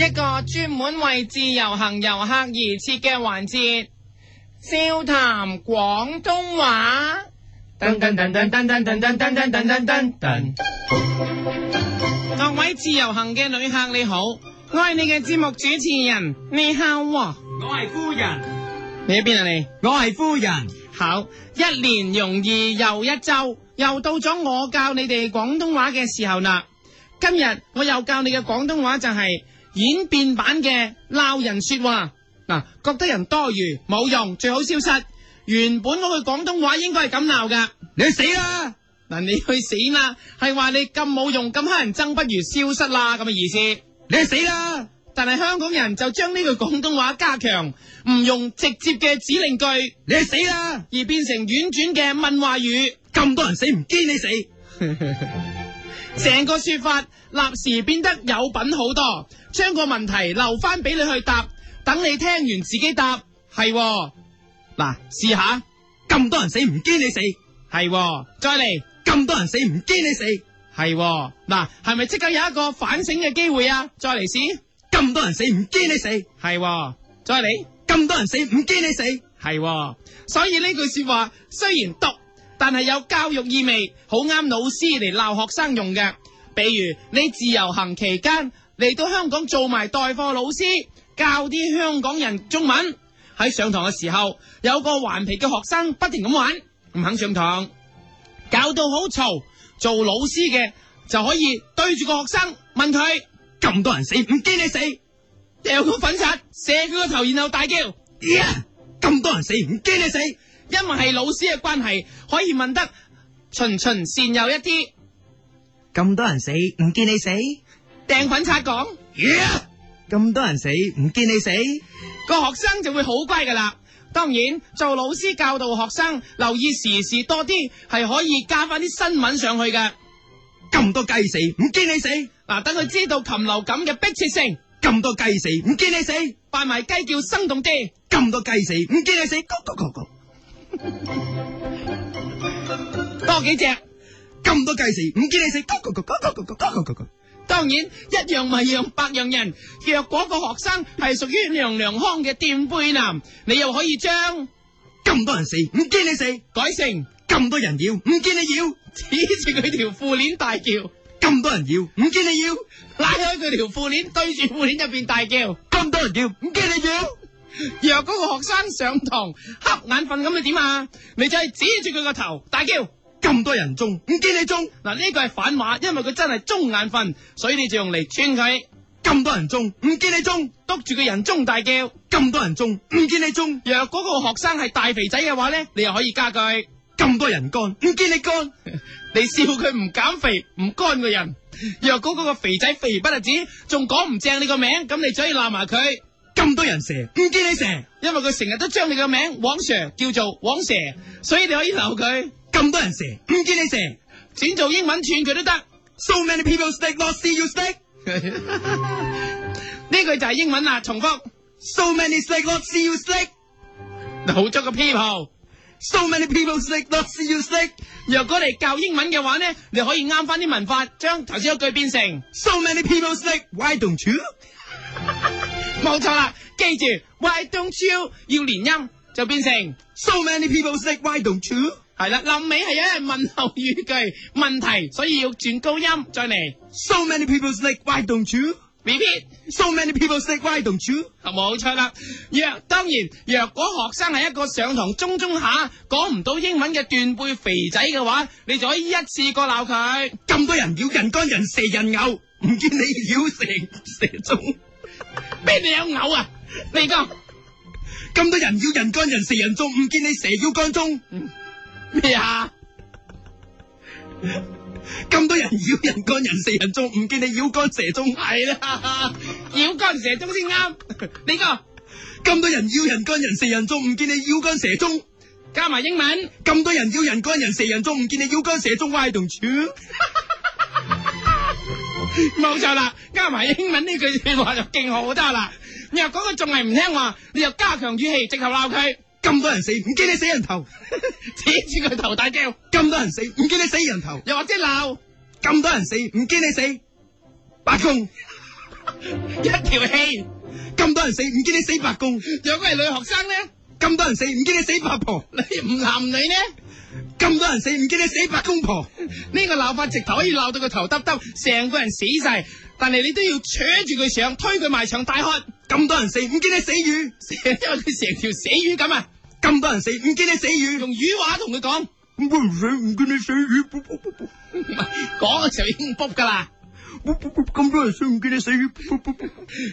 一個專門為自由行遊客而設嘅環節，笑談廣東話。噔噔噔噔噔噔噔噔噔噔噔噔噔。各位自由行嘅旅客，你好，我係你嘅節目主持人，你好喎、我係夫人，你喺邊啊你？我係夫人，好，一年容易又一周，又到咗我教你哋廣東話嘅時候啦。今日我又教你嘅廣東話就係演變版嘅鬧人說話。嗱，覺得人多餘冇用，最好消失。原本嗰句廣東話應該係咁鬧噶。你去死啦！嗱，你去死啦，係話你咁冇用，咁乞人憎，不如消失啦咁嘅意思。你去死啦！但係香港人就將呢句廣東話加強，唔用直接嘅指令句，而你去死啦！變成婉轉嘅問話語。咁多人死唔堅你死， 成個說法立時變得有品好多，將個問題留翻俾你去答，等你聽完自己答。係喎嗱，試下咁多人死唔堅你死，係喎，再嚟咁多人死唔堅你死，係喎嗱，係咪即刻有一個反省嘅機會啊？再嚟試咁多人死唔堅你死，係喎，再嚟咁多人死唔堅你死，係喎，所以呢句說話雖然毒，但係有教育意味，好啱老師嚟鬧學生用嘅。比如你自由行期間嚟到香港做埋代課老師，教啲香港人中文。喺上堂嘅時候，有個頑皮嘅學生不停咁玩，唔肯上堂，搞到好嘈。做老師嘅就可以對住個學生問佢咁多人死唔堅你死，掉個粉刷，射佢個頭，然後大叫。呀！咁多人死唔堅你死，因為係老師嘅關係，可以問得循循善誘一啲。咁多人死唔堅你死，掟粉刷講，呀！咁多人死唔堅你死，個學生就會好乖噶啦。當然，做老師教導學生留意時事多啲，係可以加翻啲新聞上去嘅。咁多雞死唔堅你死，嗱，等佢知道禽流感嘅迫切性，咁多雞死唔堅你死，扮埋雞叫生動啲。咁多雞死唔堅你死，咕咕咕咕多幾隻，咁多雞死唔堅你死，咕咕咕咕咕咕咕咕咕咕咕。當然一樣咪讓百樣人。若果個學生係屬於娘娘腔嘅墊背男，你又可以將咁多人死唔見你死，改成咁多人要唔見你要，指住佢條褲鏈大叫。咁多人要唔見你要，拉開佢條褲鏈，對住褲鏈入邊大叫。咁多人要唔見你要，若嗰個學生上堂瞌眼瞓咁，你點啊？你就係指住佢個頭大叫。咁多人中唔見你中，嗱，呢個係反話，因為佢真係中眼瞓，所以你就用嚟串佢，咁多人中唔見你中，督住佢人中大叫。咁多人中唔見你中，若嗰個學生係大肥仔嘅話呢，你又可以加句，咁多人幹唔見你幹，你笑佢唔減肥唔乾嘅人。若果嗰個肥仔肥不特止，仲講唔正你個名，咁你就可以鬧埋佢。咁多人蛇唔見你蛇，因為佢成日都將你個名黃 Sir 叫做黃蛇，所以你可以鬧佢。咁多人蛇唔見你蛇轉做英文串佢都得。 ，so many people stick not see you stick，so 呢句就係英文啦，重複。 many stick not see you stick，so 好足個 people。 many people stick not see you stick，so 若果你教英文嘅話呢，你可以啱翻啲文法，將頭先嗰句變成 many people stick why don't you？冇錯啦。記住，Why don't you 要連音就變成 So many people say, why don't you? 係啦。臨尾係有人問候語句問題，所以要轉高音再嚟 So many people say, why don't you? repeat。 So many people say, why don't you? 啊冇錯啦。若當然，若果學生係一個上堂中中下講唔到英文嘅斷背肥仔嘅話，你就可以一次過鬧佢。咁多人妖人干人蛇人偶，唔見你妖蛇蛇中。邊度有嘔啊？你講咁多人妖人干人蛇人中，唔見你蛇妖干中。咩啊？咁多人妖人干人蛇人中，唔見你妖干蛇中。係啦，妖干蛇中先啱。你個咁多人妖人干人蛇人中，唔見你妖干蛇中。加埋英文，咁多人妖人干人蛇人中，唔見你妖干蛇中。Why don't you? 冇錯啦。加埋英文呢句說話就勁好得啦。若嗰個仲係唔聽話，你就加強語氣，直頭鬧佢，咁多人死，唔見你死人頭。 指住佢頭大叫，咁多人死，唔見你死人頭。又或者鬧。咁多人死，唔見你死，八公一條氣。咁多人死，唔見你死白公；若果係女學生咧，咁多人死，唔見你死八婆；你唔男唔女咧，咁多人死，唔見你死八公婆。呢、個鬧法直頭可以鬧到個頭耷耷，成個人死晒。但係你都要扯住佢上，推佢埋牆大喝， 咁多人死，唔見你死魚；因為佢成條死魚咁啊！咁多人死，唔見你死魚。用語話同佢講， 咁多人死，唔見你死魚。噗噗噗噗講嘅時候已經卜噶啦。噗噗噗咁多人死，唔見你死魚。噗噗噗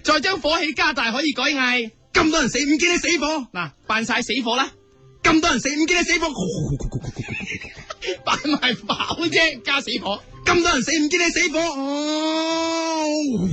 再將火氣加大，可以改嗌咁多人死，唔見你死火；嗱，扮晒死火啦， 咁多人死，唔見你死火。扮埋飽啫，加死火。咁多人死，唔見你死火。哦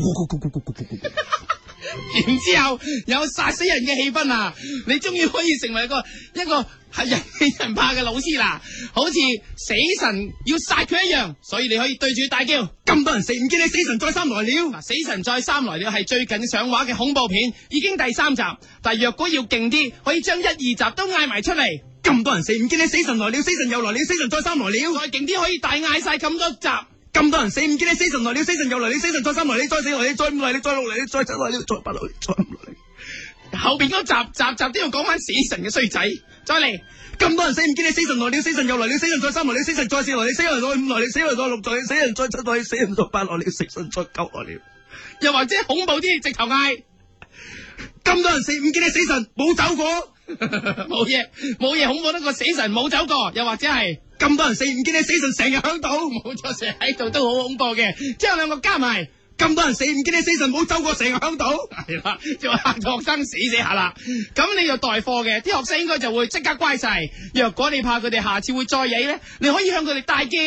然之后有殺死人嘅氣氛啊！你終於可以成為一個一個係人見人怕嘅老師啦，好似死神要殺佢一樣，所以你可以對住佢大叫。咁多人死，唔見你死神再三來了。嗱，死神再三來了係最近上畫嘅恐怖片，已經第三集。但若果要勁啲，可以將一二集都嗌埋出嚟，咁多人死，唔見你死神來了，死神又來了，死神再三來了。再勁啲可以大嗌晒咁多集。咁多人死，唔見你死神來了，死神又來了，死神再三來了，再四來了，再五來了，再六來了，再七來了，再八來了，再五來了。後邊嗰集集集都要講翻死神嘅衰仔，再嚟。咁多人死，唔見你死神來了，死神又來了，死神再三來了，死神再四來了，死神再五來了，死神再六來了，死神再七來了，死神再八來了，死神再九來了。又或者恐怖啲，直頭嗌 咁多人死，唔見你死神冇走過。冇嘢，冇嘢恐怖得過死神冇走過，又或者係咁多人死，唔見你死神成日響度。冇咗成日喺度都好恐怖嘅。之後兩個加埋咁多人死，唔見你死神冇走過，成日響度。係啦，就嚇到學生死死下啦。咁你就代課嘅，啲學生應該就會即刻乖晒。若果你怕佢哋下次會再曳咧，你可以向佢哋大叫。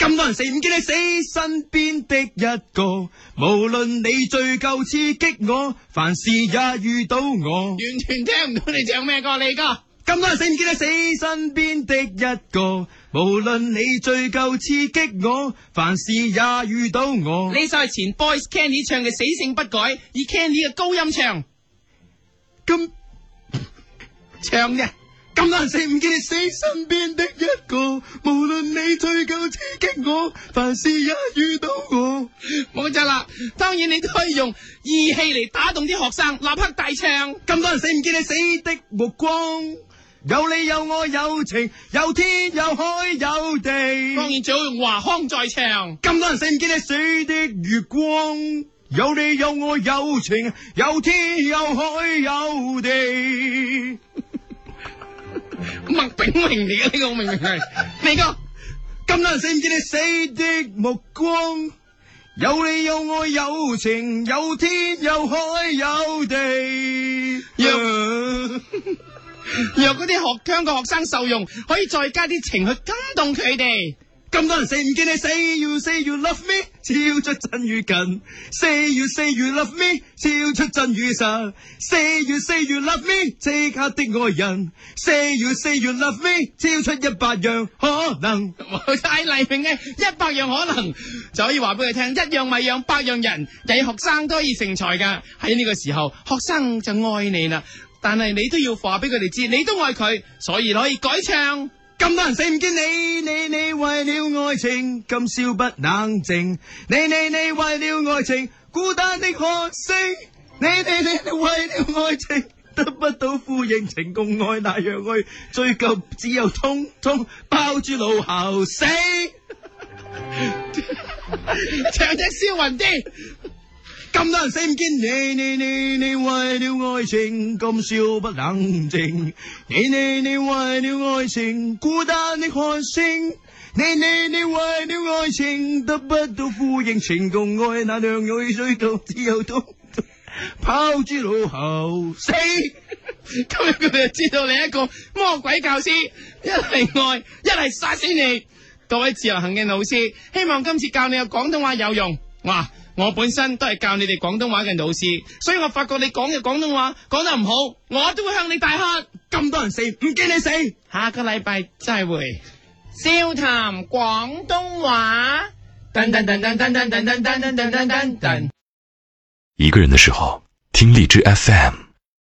咁多人死唔見你死，身邊的一個，無論你最夠刺激我，凡事也遇到我。完全聽唔到你唱咩歌，你歌。咁多人死唔見你死，身邊的一個，無論你最夠刺激我，凡事也遇到我。呢首係前 Boys Candy 唱嘅《死性不改》，以 Candy 嘅高音唱咁唱啫。咁多人死唔見你死，身邊的一個，無論你最夠刺激我，凡事也遇到我。冇錯啦，當然你都可以用義氣嚟打動啲學生，立刻大唱。咁多人死唔見你死的目光，有你有我有情，有天有海有當地。然最好用華康再唱。咁多人死唔見你死的月光，有你有我有情，有天有海有地。麥啊 炳榮嚟嘅呢個，我明明係你個咁多人死唔見你死的目光，有你有我有情，有天有海有地。若若嗰啲學香港學生受用，可以再加啲情去感動佢哋。 咁多人死唔見你死，you say you love me，超出真與近，say you say you love me，超出真與實，say you say you love me，即刻的愛人，say you say you love me，超出一百樣可能。我嗌黎明嘅一百樣可能，就可以話俾佢聽，一樣米養百樣人，曳學生都可以成才噶。喺呢個時候，學生就愛你啦，但係你都要話俾佢哋知，你都愛佢，所以可以改唱。 咁多人死唔見你，你你為了愛情今宵不冷靜，你你你為了愛情孤單的喝聲，你你你你為了愛情得不到呼應，情共愛那樣去追究，只有通通包住腦後死。唱隻燒雲啲，咁多人死唔見你，你你你為了愛情今宵不冷靜，你你你為了愛情孤單的看星，你你你為了愛情得不到呼應，情共愛那兩樣水道只有痛，拋諸腦後死。 咁樣佢哋就知道你係一個魔鬼教師，一係愛，一係殺死你。各位自由行嘅老師，希望今次教你嘅廣東話有用。哇！我本身都係教你哋廣東話嘅老師，所以我發覺你講嘅廣東話講得唔好，我都會向你大喝。咁多人死唔見你死，下個禮拜真係會笑談廣東話。噔噔噔噔噔噔噔噔噔噔噔噔噔。一个人的时候，听荔枝 FM。